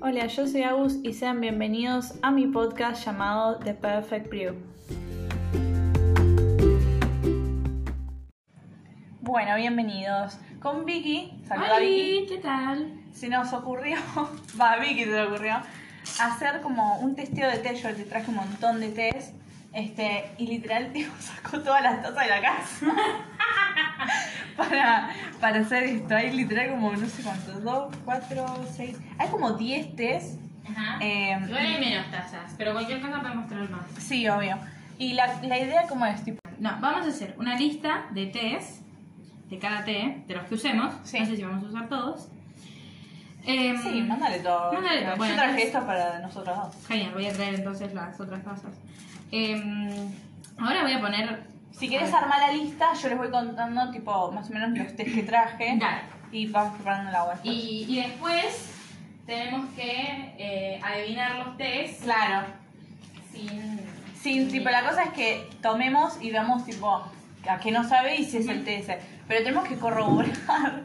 Hola, yo soy Agus y sean bienvenidos a mi podcast llamado The Perfect Brew. Bueno, bienvenidos. Con Vicky, saluda a Vicky. Hola, ¿qué tal? Se nos ocurrió, va a Vicky se le ocurrió, hacer como un testeo de té. Yo te traje un montón de tés. Este, y literal, tío, sacó todas las tazas de la casa. para, para hacer esto. Hay literal como, no sé cuántos, dos, cuatro, seis. Hay como 10 tés. Ajá. eh, Igual hay menos tazas, pero cualquier cosa podemos traer más. Sí, obvio. Y la, la idea como es, tipo, No, vamos a hacer una lista de tés, de cada té, de los que usemos. Sí. No sé si vamos a usar todos. Em, sí, mándale todo. Mándale todo, Yo bueno, traje entonces- esto para nosotros dos. Genial, voy a traer entonces las otras tazas. Em, ahora voy a poner. Si quieres a ver, armar la lista, yo les voy contando, tipo, más o menos los test que traje. Dale. Y vamos preparando el agua. Y, y después tenemos que eh, adivinar los tés Claro. sin. Sí, tipo, la cosa es que tomemos y veamos, tipo, a qué no sabe y si es el té ese. Pero tenemos que corroborar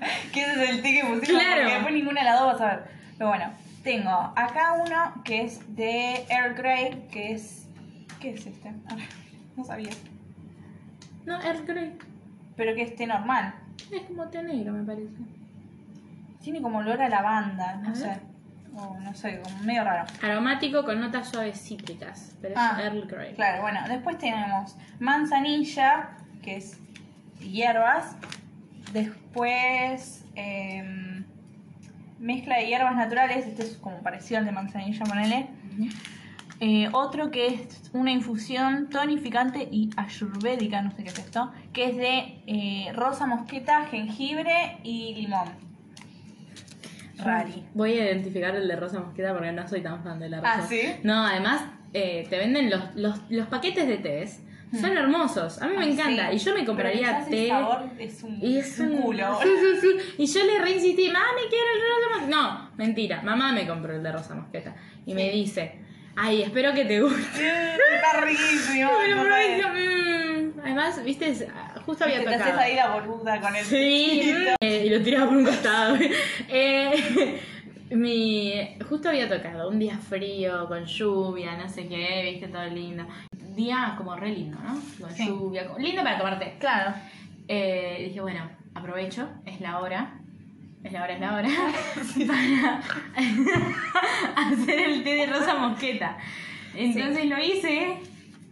que ese es el té que pusimos. Claro. Porque después ninguna de las dos va a saber. Pero bueno, tengo acá uno que es de Air Grey, que es... ¿Qué es este? Ah, No sabía. No, es Grey. Pero que es té normal. Es como té negro, me parece. Tiene como olor a lavanda, A no ver. sé. O no sé, como medio raro. Aromático con notas suaves cítricas, pero Ah, es Earl Grey. Claro, bueno, después tenemos manzanilla, que es hierbas. Después em, mezcla de hierbas naturales, este es como parecido al de manzanilla, ponele. Eh, otro que es una infusión tonificante y ayurvédica, no sé qué es esto, que es de eh, rosa mosqueta, jengibre y limón. Rari. Voy a identificar el de Rosa Mosqueta porque no soy tan fan de la rosa. Ah, ¿sí? No, además eh, te venden los, los, los paquetes de tés. Son hermosos. A mí me encanta. Mm. Sí, Y yo me pero compraría quizás té. El sabor es un, Y es un culo. Sí, sí, sí. Y yo le reinsistí, mami, quiero el de Rosa Mosqueta. No, mentira. Mamá me compró el de Rosa Mosqueta. Y me dice, ay, espero que te guste. Sí, Está riquísimo. Me lo no probé y sabes. dije, "Mm". Además, viste, es- ah, justo había Te te haces tocado. ahí la boluda con el Sí, tecito. eh, y lo tiraba por un costado. Eh, mi, justo había tocado un día frío, con lluvia, no sé qué, viste, todo lindo. Día como re lindo, ¿no? Con Sí. lluvia, como- lindo para tomarte. Claro. Eh, dije, bueno, aprovecho, es la hora. Es la hora, es la hora. Para hacer el té de rosa mosqueta. Entonces lo hice.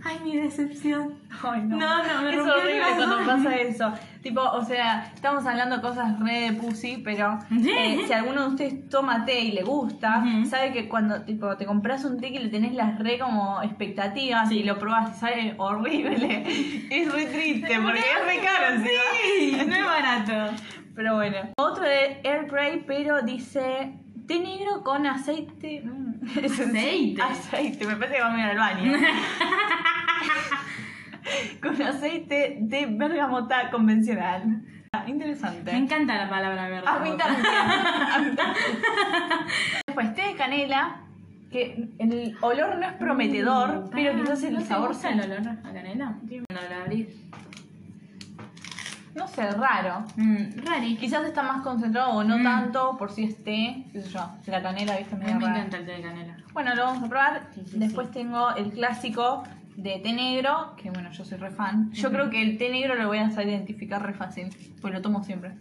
Ay, mi decepción. Ay, no. No, no, me es rompió el horrible corazón. cuando pasa eso. Tipo, o sea, estamos hablando cosas re de pussy, pero eh, si alguno de ustedes toma té y le gusta, Ujú. sabe que cuando tipo te compras un té que le tenés las re como expectativas y lo probás y sale horrible. Es re triste porque es re caro encima. No es barato. Pero bueno. Otro de Air Grey, pero dice té negro con aceite. mm, esencial- Aceite. Aceite, me parece que va a mirar al baño. con aceite de bergamota convencional. Ah, interesante. Me encanta la palabra verdad. A mí también. A mí también. Después té de canela, que el olor no es prometedor, pero quizás el Mm, ah, ¿No te sabor gusta el olor a canela? No lo abrí. No sé, raro. Mm, rari. Quizás está más concentrado o no Mm. tanto, por si es té, qué sé yo. La canela, viste, A medio mí me rara. encanta el té de canela. Bueno, lo vamos a probar. Sí, sí, Después tengo el clásico de té negro, que bueno, yo soy re fan. Yo creo que el té negro lo voy a saber identificar re fácil, pues lo tomo siempre.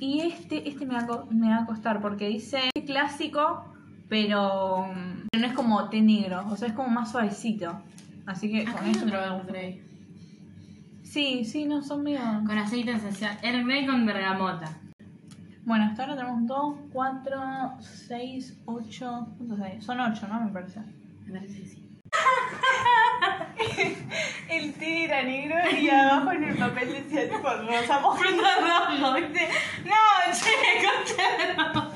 Y este, este me, va a, co- me va a costar porque dice clásico, pero mm, no es como té negro, o sea, es como más suavecito. Así que Acá con hay eso... otro Earl Grey. Sí, sí, no, son medio... Con aceite esencial. Earl Grey con bergamota. Bueno, hasta ahora tenemos 2, 4, 6, 8... ¿Cuántos hay? Son 8, ¿no? Me parece. Me parece que sí. El té era negro y abajo en el papel decía tipo rosa mojita rojo, ¿viste? No, che,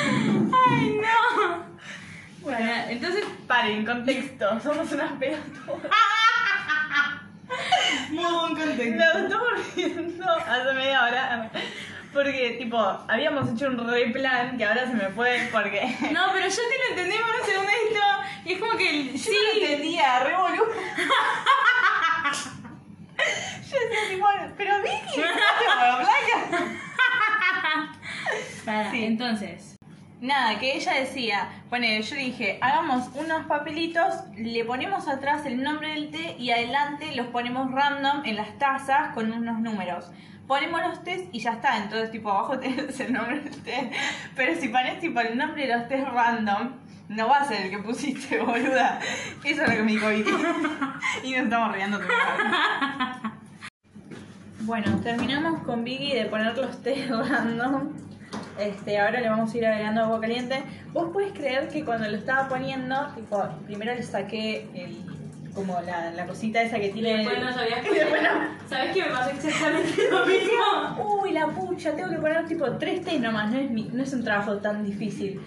¡Ay, no! Bueno, Bueno, entonces, paren, contexto, somos unas pelotudas. muy buen contexto. Nos estamos riendo hace media hora porque, tipo, habíamos hecho un re plan que ahora se me fue porque. No, pero yo te lo entendí por un segundo esto. Y es como que. el- Yo no lo entendía, re boludo. Yo decía, tipo, pero Vicky, ¿no te blanca? Para, Sí. entonces. Nada, que ella decía, bueno, yo dije, hagamos unos papelitos, le ponemos atrás el nombre del té y adelante los ponemos random en las tazas con unos números. Ponemos los tés y ya está, entonces tipo abajo tenés el nombre del té. Pero si pones tipo el nombre de los tés random, no va a ser el que pusiste, boluda. Eso es lo que me dijo Vicky. y nos estamos riendo todo el rato. Bueno, terminamos con Vicky de poner los test random. Este, ahora le vamos a ir agregando agua caliente. Vos puedes creer que cuando lo estaba poniendo, tipo, primero le saqué el, como la, la cosita esa que tiene. Después no sabías Y después no. ¿Sabes qué me pasó exactamente lo mismo? Uy, la pucha, tengo que poner tipo tres test nomás, no es, mi- no es un trabajo tan difícil.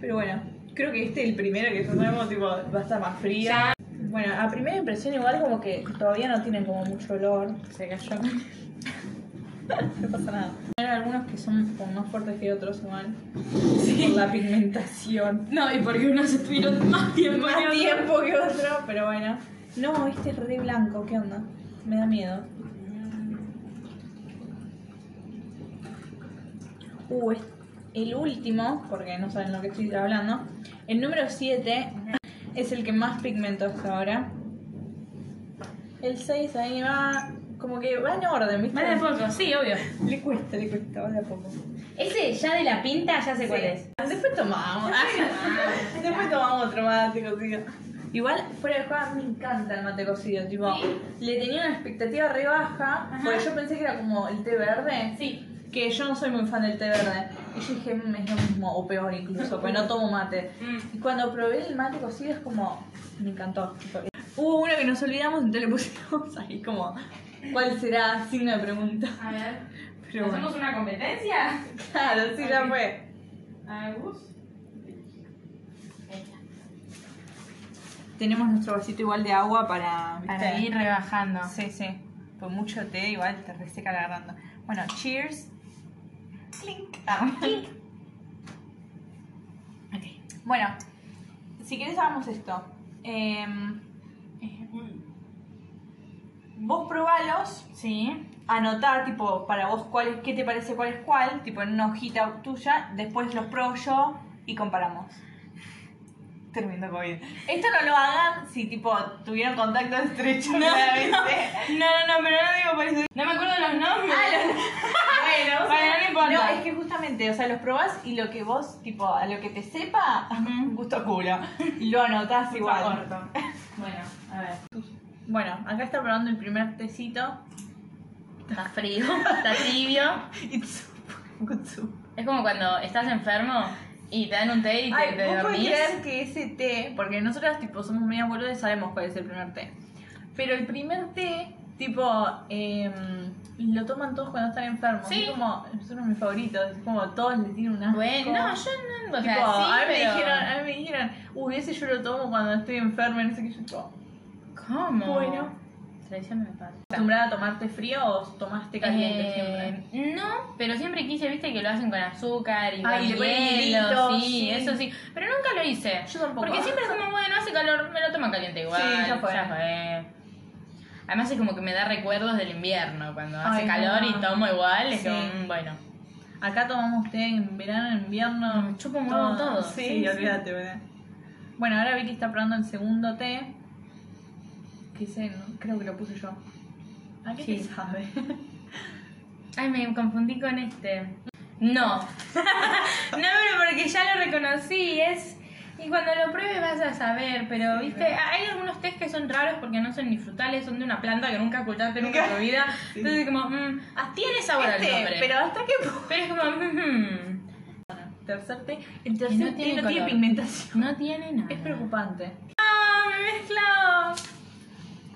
Pero bueno, creo que este, el primero que ponemos, tipo, va a estar más frío. Ya. Bueno, a primera impresión igual como que todavía no tienen como mucho olor. Se cayó. no pasa nada. Hay algunos que son como más fuertes que otros igual. Por la pigmentación. No, y porque unos estuvieron más tiempo que Más otros. tiempo que otro, pero bueno. No, este es re blanco, ¿qué onda? Me da miedo. Uh, es- el último, porque no saben lo que estoy hablando. El número 7 es el que más pigmentó hasta ahora. El 6 ahí va. Como que va en orden, ¿viste? Más de poco, sí, obvio. Le cuesta, le cuesta, va de a poco. Ese ya de la pinta ya sé cuál es. Ah, Después tomamos. Después tomamos otro mate cocido. Igual, fuera de juego, a mí me encanta el mate cocido. Tipo, le tenía una expectativa re baja, Ajá. porque yo pensé que era como el té verde. Sí. Que yo no soy muy fan del té verde. Y yo dije, "Mm, es lo mismo, o peor incluso, porque no tomo mate. Mm. Y cuando probé el mate cocido es como, me encantó. tipo, Hubo uno que nos olvidamos, entonces le pusimos ahí como, ¿cuál será? Signo de pregunta. A ver, Pero bueno, una competencia? claro, sí, ya fue. Agus. Tenemos nuestro vasito igual de agua para, Para ir rebajando. Sí, sí. Por mucho té igual te reseca la garganta. Bueno, cheers. Clink. Ah. Ok. Bueno, si querés hagamos esto. Em, vos probalos, Sí. anotar tipo para vos cuál es, qué te parece cuál es cuál, tipo en una hojita tuya, después los probo yo y comparamos. Termino COVID. Esto no lo hagan si tipo tuvieron contacto estrecho claramente. No, no, no, pero no digo por eso. No me acuerdo Ah, los nombres. Bueno, Bueno, sí. no importa. es que justamente, o sea, los probás y lo que vos, tipo, a lo que te sepa, Ujú. gusto a culo. Lo anotás igual. Bueno, a ver. Bueno, acá está probando el primer tecito. Está frío, está tibio. It's good soup. Es como cuando estás enfermo y te dan un té y te, Ay, te vos podés dormís. creer que ese té, porque nosotras, tipo, somos media boludas y sabemos cuál es el primer té. Pero el primer té, tipo, em, lo toman todos cuando están enfermos. Sí. Es como, es uno de mis favoritos. Es como todos le tienen una. Bueno, no, yo no. O sea, Tipo, sí, a, mí pero- me dijeron, a mí me dijeron, uy, ese yo lo tomo cuando estoy enferma, no sé qué yo tomo. ¿Cómo? Bueno. Tradición me pasa. ¿Acostumbrada a tomarte frío o tomaste Eh, caliente siempre? siempre. No, pero siempre quise, viste, que lo hacen con azúcar y Ah, y le con ponen hielo, hielitos, sí, sí. eso sí. Pero nunca lo hice. Yo tampoco. Porque siempre es como, bueno, hace calor, me lo tomo caliente igual. Sí, ya fue. fue. Además es como que me da recuerdos del invierno, cuando hace Ay, calor no. y tomo igual, es Sí. como, mm, bueno. Acá tomamos té en verano, en invierno. Mm, chupa un huevo todo. Sí, Sí, sí. olvídate, ¿verdad? Bueno, ahora Vicky está probando el segundo té. Que hice, no, creo que lo puse yo. ¿A qué Sí. te sabe? Ay, me confundí con este. No. no, pero porque ya lo reconocí, es... Y cuando lo pruebes vas a saber, pero viste, hay algunos test que son raros porque no son ni frutales, son de una planta que nunca ocultaste nunca en tu vida. Entonces como, mm, ah, tiene sabor al Este, nombre. Pero... pero hasta qué punto. es como, mm, Tercer té. El tercer té tiene no tiene color. pigmentación. no tiene nada. Es preocupante. ¡Ah,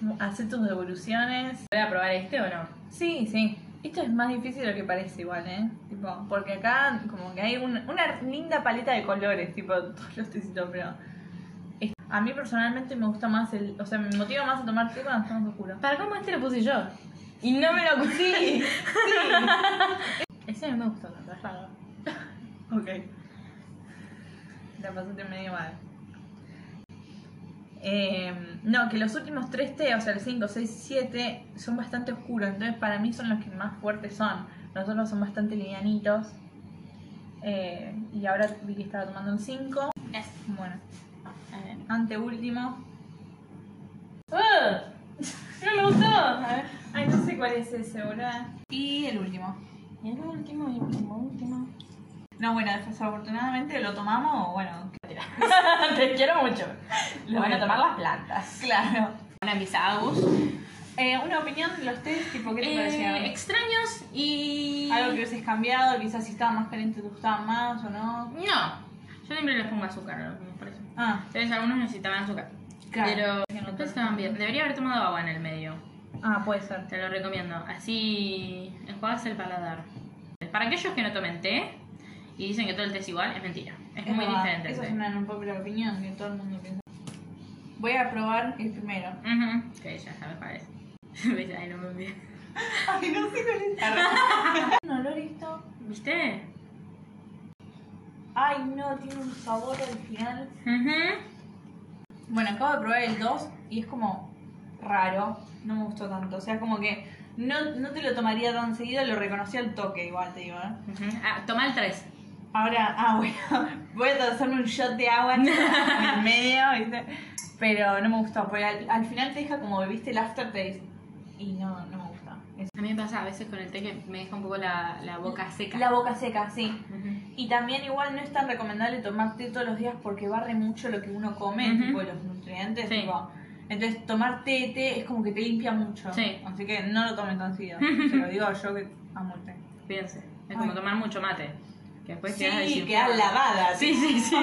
me mezcló! Hace tus devoluciones. ¿Voy a probar este o no? Sí, sí. Esto es más difícil de lo que parece igual, ¿eh? Tipo, porque acá como que hay un- una linda paleta de colores, tipo, todos los tecitos, pero... es- A mí personalmente me gusta más el... O sea, me motiva más a tomar té cuando estamos oscuros. ¿Para cómo este lo puse yo? Y no me lo puse. Sí, Ese no me gustó tanto, es raro. Ok. La pasaste medio mal. Eh, no, que los últimos tres T, o sea, el 5, 6 y 7, son bastante oscuros. Entonces, para mí son los que más fuertes son. Los otros son bastante livianitos. eh, y ahora vi que estaba tomando un 5. Bueno, anteúltimo. Uh. No me gustó. A ver. Ay, no sé cuál es ese, boludo. Y el último. Y el último, y último, último. No, bueno, desafortunadamente lo tomamos, bueno, Te quiero mucho. Lo van a tomar las plantas. claro. Hola, mis agus. Eh, una opinión de los test, tipo, ¿qué te Eh, parecieron? extraños y. Algo que hubieses cambiado, quizás si estaba más caliente te gustaban más o no. No. Yo siempre les pongo azúcar a los míos, por eso. Ah, Entonces algunos necesitaban azúcar. claro. Pero después estaban bien. Debería haber tomado agua en el medio. Ah, puede ser. Te lo recomiendo. Así enjuagas el paladar. Para aquellos que no tomen té y dicen que todo el té es igual, es mentira. Es, muy verdad, diferente. el Esa té. es una no popular opinión que todo el mundo piensa. Voy a probar el primero. Ujú, Que ya sabes cuál es. ¿Ves? Ay, no me envíes. Ay, no sé cuál es. un olor esto. ¿Viste? Ay, no, tiene un sabor al final. Ujú. Bueno, acabo de probar el 2 y es como raro. No me gustó tanto. O sea, como que no, no te lo tomaría tan seguido, lo reconocí al toque igual, te digo. ¿eh? Ujú. Ah, toma el 3. Ahora, ah, bueno, voy a hacerme un shot de agua en el medio, ¿viste? Pero no me gustó, porque al, al final te deja como bebiste el aftertaste y no, no me gusta. Es- A mí me pasa a veces con el té que me deja un poco la, la boca seca. La boca seca, sí. Ujú. Y también igual no es tan recomendable tomar té todos los días porque barre mucho lo que uno come, Ujú. tipo los nutrientes, Sí. tipo. Entonces tomar té, té es como que te limpia mucho. Sí. Así que no lo tomen tan seguido. Se lo digo yo que amo el té. Cuídense. Es como Ay. tomar mucho mate. Que después quedas sí, desinflado. quedas lavada. Sí, sí, sí.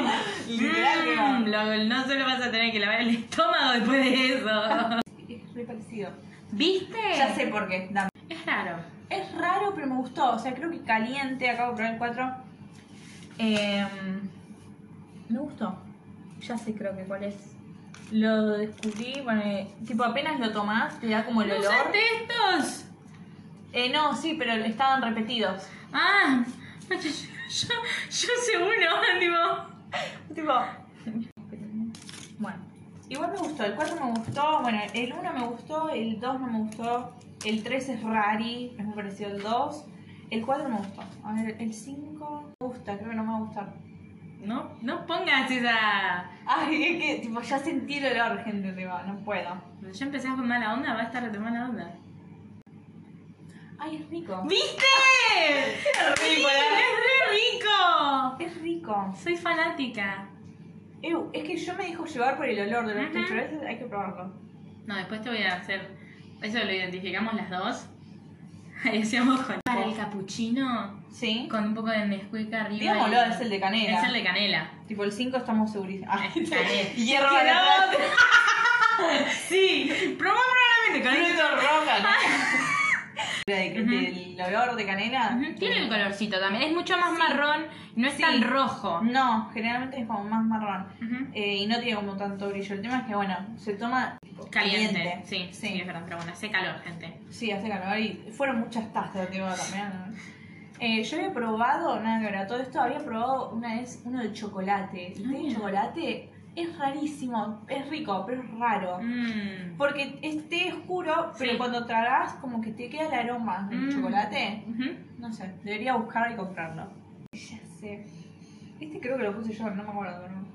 Literal que Mm, lo- no solo vas a tener que lavar el estómago después de eso. Es re parecido. ¿Viste? Ya sé por qué. dame. Es raro. Es raro, pero me gustó. O sea, creo que caliente, acabo de probar el 4. me gustó. Ya sé creo que cuál es. Lo descubrí, bueno, eh, tipo apenas lo tomás, te da como el ¿No olor. usaste estos? Eh, no, sí, pero estaban repetidos. Ah, yo, yo, yo sé uno, tipo. Tipo. Bueno. Igual me gustó, el 4 me gustó, bueno, el 1 me gustó, el 2 no me gustó, el 3 es rari, es muy parecido al 2, el 4 me gustó, a ver, el 5 me gusta, creo que no me va a gustar. No, no pongas esa. Ay, es que tipo, ya sentí el olor, gente, tipo, no puedo. Cuando ya empezás con mala onda, va a estar de mala onda. Ay, es rico. ¿Viste? Sí, rico, ¿eh? ¡Es re rico! Es rico. Soy fanática. Ew, es que yo me dejo llevar por el olor de los Ajá. té, pero a veces hay que probarlo. No, después te voy a hacer. Eso lo identificamos las dos. Ahí hacíamos con. Para el capuchino, ¿Sí? con un poco de Nesquik arriba. Digámoslo, y- es el de canela. Es el de canela. Tipo, el 5 estamos segurísimos. Ah, Está bien. hierro Que de la plata. Sí, proba probablemente con Fruto esto. roja. Del del olor de canela. Eh, Ujú, Tiene el colorcito también. Es mucho más marrón, no es Sí. Mm. tan rojo. No, generalmente es como más marrón. Ujú. Eh, y no tiene como tanto brillo. El tema es que, bueno, se toma tipo, Caliente. caliente. Sí, sí, es verdad, pero bueno, hace calor, gente. Sí, hace calor y fueron muchas tazas, tipo, también. ¿no? Eh, yo había probado, nada que ver a todo esto, había probado una vez uno de chocolate. El té de Ah. chocolate es rarísimo, es rico, pero es raro. Mm. Porque es té oscuro, pero Sí. cuando tragas como que te queda el aroma del Mm. chocolate. Ujú. No sé, debería buscar y comprarlo. Ya sé. Este creo que lo puse yo, no me acuerdo, ¿no?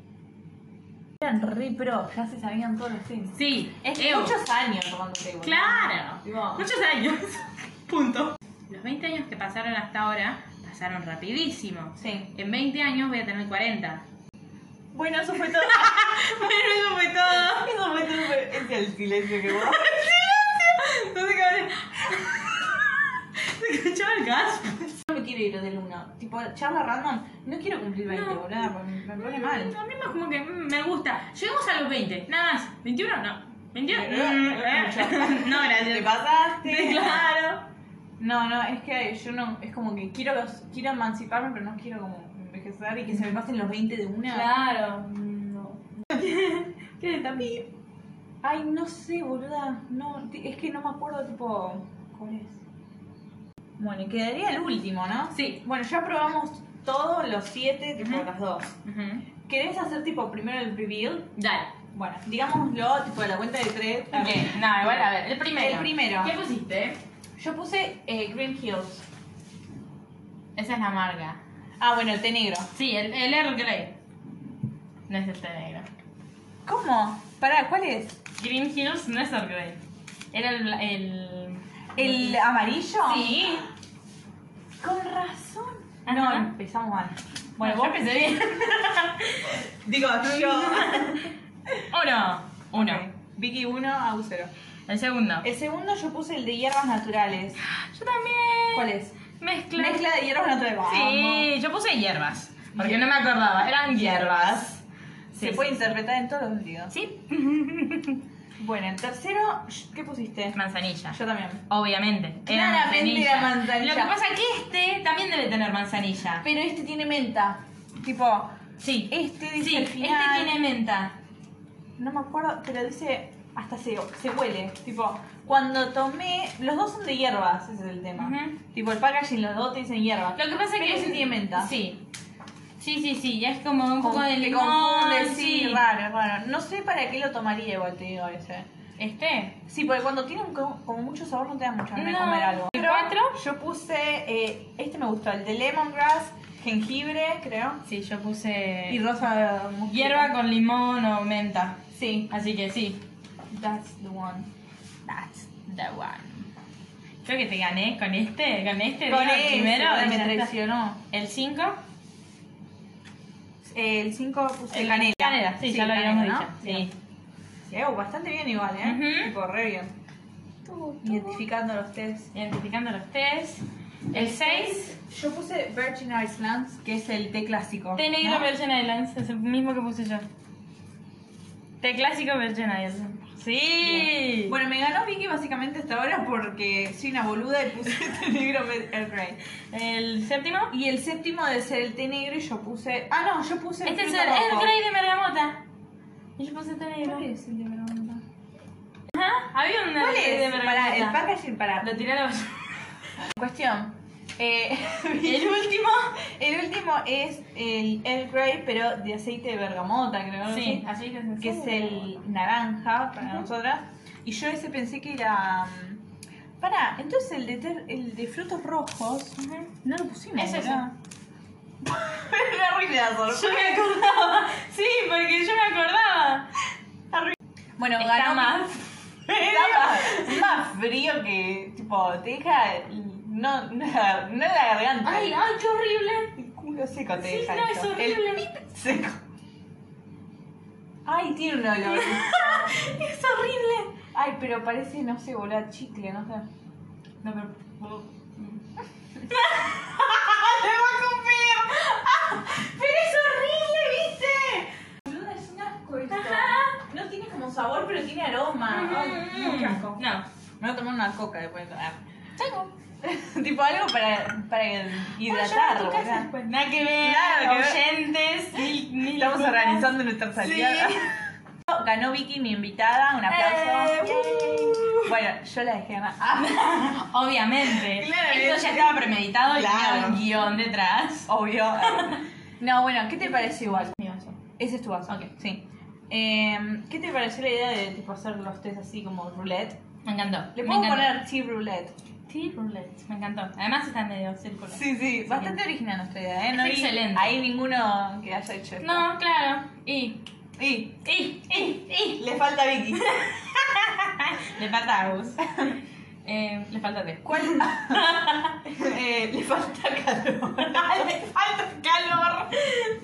Eran re pro, ya se sabían todos los temas. Sí, Es que Ew. muchos años tomando té, boludo. Claro. Tipo, Muchos años. Punto. Los 20 años que pasaron hasta ahora pasaron rapidísimo. Sí. En 20 años voy a tener 40. Bueno, eso fue todo. Ah, Bueno, eso fue todo. eso fue todo. fue- Es el silencio que vos. No sé qué hablé. Se escuchaba el gas. No me quiero ir del uno. Tipo, charla random. No quiero cumplir 20, No. boludo. porque Me pone mal. A mí más como que mm, me gusta. Llegamos a los 20, nada más. ¿21? No. ¿21? Pero, Mm, pero eh. mucho. no, ¿Te gracias. pasaste? Claro. No, no, es que yo no. Es como que quiero, quiero emanciparme, pero no quiero como envejecer y que se me pasen los 20 de una. Claro. No. ¿Qué también? Ay, no sé, boluda. No, ti- es que no me acuerdo, tipo. ¿Cuál es? Bueno, y quedaría el último, ¿no? Sí. Bueno, ya probamos todos los siete, tipo Ujú. las dos. ¿Querés hacer, tipo, primero el reveal? Dale. Bueno, digámoslo, tipo, de la cuenta de tres. A ver. Ok, No, igual a ver, el primero. El primero. ¿Qué pusiste? Yo puse eh, Green Hills. Esa es la marca. Ah, bueno, el té negro. Sí, el, el R que leí. No es el té negro. ¿Cómo? Pará, ¿cuál es? Green Hills no es Earl Grey. Era el... bla- el... ¿El Ah. amarillo? Sí. Con razón. No, Ajá. empezamos mal. Bueno, Bueno, vos vos pensé bien. Digo, yo. Uno. Uno. Ok. Eh, Vicky 1, a 0. El segundo. El segundo yo puse el de hierbas naturales. Yo también. ¿Cuál es? Mezcla. Mezcla de hierbas naturales. Vamos. Sí, yo puse hierbas. Porque no me acordaba. Eran hierbas. Se Sí, puede sí, interpretar en todos los sentidos. Sí. Bueno, el tercero, ¿qué pusiste? Manzanilla. Yo también. Obviamente. Era Claramente manzanilla. era manzanilla. Lo que pasa es que este también debe tener manzanilla. Pero este tiene menta. Tipo, Sí. este dice Sí, al este final. tiene menta. No me acuerdo, pero dice. Hasta se, se huele. Tipo, cuando tomé. Los dos son de hierbas, ese es el tema. Ujú. Tipo, el packaging, los dos te dicen hierbas. Lo que pasa es Pero que ese tiene menta. Sí. Sí, sí, sí. Ya es como un poco Con- de te limón. confunde, sí, sí. raro, raro. No sé para qué lo tomaría igual, te digo ese. Este. Sí, porque cuando tiene un co- como mucho sabor no te da mucha ganas de No. comer algo. ¿El cuatro? Yo puse, eh, este me gustó, el de lemongrass, jengibre, creo. Sí, yo puse Y rosa mosquito. hierba con limón o menta. Sí, Así que sí. that's the one. That's. The one. Creo que te gané con este, con este Con día ese, primero. ahora me ya está. traicionó. El 5. El 5 puse El canela. canela, sí, ya lo habíamos canela, dicho. ¿no? Sí. Sí, oh, bastante bien igual, ¿eh? Ujú. Tipo, re bien. Identificando los test. Identificando los tres. El 6. Yo puse Virgin Islands, que es el té clásico. Té negro ¿no? Virgin Islands. Es el mismo que puse yo. Té clásico Virgin Islands. Sí. Bueno, me ganó Vicky básicamente hasta ahora porque soy una boluda y puse té negro Med- Earl Grey. El séptimo. Y el séptimo de ser el té negro y yo puse. Ah, no, yo puse. Este es el fruto Earl rojo. Grey de Mergamota. Y yo puse té negro. ¿Cuál es el de Mergamota? Ajá, Había un ¿Cuál Earl Grey de es? Para el Mergamota. packaging, para. Lo tiré a la basura. Cuestión. Eh, El último. el último es el Earl Grey, pero de aceite de bergamota, creo. ¿no? Sí, Uh. así que que es el naranja para nosotras. Y yo ese pensé que era. mm, Pará, entonces el de, ter- el de frutos rojos no lo pusimos. Es ese. ¿verdad? Me arruiné la Yo sorpresa. me acordaba. Sí, porque yo me acordaba. Bueno, Está ganó. más Está más, es más frío que. Tipo, te deja. No, no, la- no la garganta. Ay, ay, qué horrible. El culo seco te Sí, deja. no, es esto. horrible. El pip seco. Ay, tiene un olor. Es horrible. Ay, pero parece, no sé, volar chicle, no sé. No, pero. puedo- ¡Te va a cumplir! ¡Pero es horrible, viste! Boluda, es un asco esto. No tiene como sabor, pero tiene aroma. Ah, Ay, no, qué asco. No. Me voy a tomar una coca después de comer. tipo algo para, para hidratar, Bueno, yo voy a tu casa ¿verdad? después. Nada que ver. Nada que ver. oyentes. Ni, ni Estamos ni- organizando nuestra salida. Sí. Ganó Vicky, mi invitada. Un aplauso. Eh, uh. Bueno, yo la dejé ganar. Ah, Obviamente. Claramente. Esto ya estaba premeditado y Claro. tenía un guión detrás. obvio. No, bueno, ¿qué te pareció igual? Mi vaso. Ese es tu vaso. Ok. sí. Em, ¿Qué te pareció la idea de tipo, hacer los test así como roulette? Me encantó. Le me puedo encantó. poner tea roulette. Tea roulette. Me encantó. Además está medio círculo. Sí, sí, bastante original nuestra idea, ¿eh? Es No vi excelente. Ahí ninguno que haya hecho esto. No, claro. Y. Y Y. Y. Y. le falta Vicky. Le falta Agus. Eh, le falta té. ¿Cuál? Eh, le falta calor. le falta calor.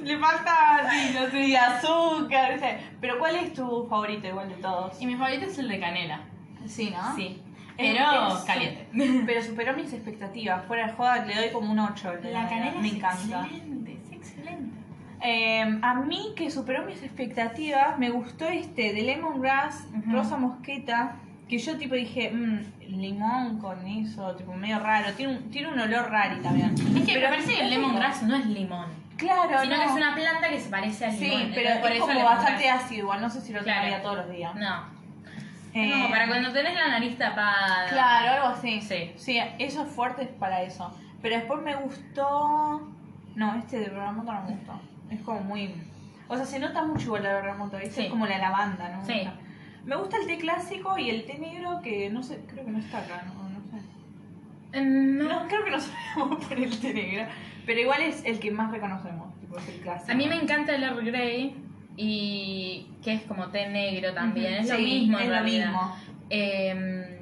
Le falta, sí, no sé, azúcar. ¿viste? Pero ¿cuál es tu favorito igual de todos? Y mi favorito es el de canela. Sí, ¿no? Sí. Es- Pero es- caliente. Pero superó mis expectativas. Fuera de joda, le doy como un 8. Me encanta. excelente, es excelente. Eh, a mí, que superó mis expectativas, me gustó este de lemongrass, Ujú. rosa mosqueta, que yo tipo dije, "Mm, limón con eso, tipo medio raro, tiene un, tiene un olor raro también. Es que me parece que el lemongrass no es limón, Claro, sino no. que es una planta que se parece al limón. Sí, pero entonces por es eso como lemongrass. bastante ácido igual, no sé si lo Claro. tomaría todos los días. No. Eh, Es como para cuando tenés la nariz tapada. Claro, algo así. Sí. Sí, eso es fuerte es para eso. Pero después me gustó. No, este de bergamota no me gustó. Es como muy. O sea, se nota mucho igual la bergamota, ¿viste? Sí. Es como la lavanda, ¿no? Me Sí. gusta. Me gusta el té clásico y el té negro que no sé, creo que no está acá, ¿no? No sé. Eh, No. No, creo que lo sabemos por el té negro. Pero igual es el que más reconocemos. Tipo, es el clásico. A mí me encanta el Earl Grey y que es como té negro también. Ujú, Es lo sí, mismo en es lo realidad. mismo. Eh,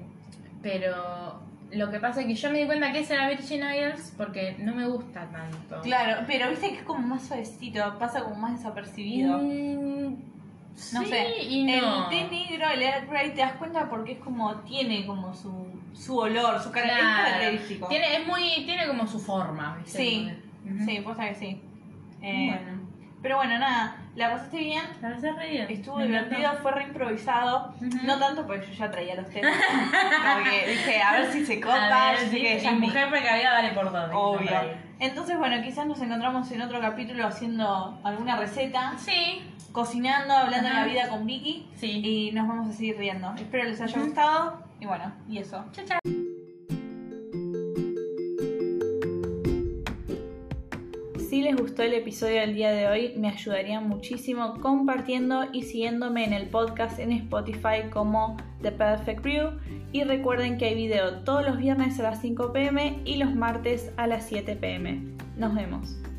pero lo que pasa es que yo me di cuenta que ese era Virgin Isles porque no me gusta tanto. Claro, pero viste que es como más suavecito, pasa como más desapercibido. Mm, No sí sé. y El no. té negro, el Earl Grey, te das cuenta porque es como, tiene como su, su olor, su carácter Claro. característico. Tiene, es muy, tiene como su forma. ¿viste? Sí, Ujú. sí, posta que sí. Eh, Bueno, Pero bueno, nada, la pasaste bien. la pasé re bien. Estuvo Me encantó. divertido, fue reimprovisado. Ujú. No tanto porque yo ya traía los temas. porque dije, a ver si se copa. A ver, yo sé sí, que y ella es mi- mujer precavida vale por dos. dicen por Obvio. ahí. Entonces, bueno, quizás nos encontramos en otro capítulo haciendo alguna receta, Sí, cocinando, hablando de la Ajá. vida con Vicky. sí. Y nos vamos a seguir riendo. Espero les haya gustado. Y bueno, y eso. Chao, chao. Si les gustó el episodio del día de hoy, me ayudaría muchísimo compartiendo y siguiéndome en el podcast en Spotify como The Perfect Brew. Y recuerden que hay video todos los viernes a las 5 pm y los martes a las 7 pm. Nos vemos.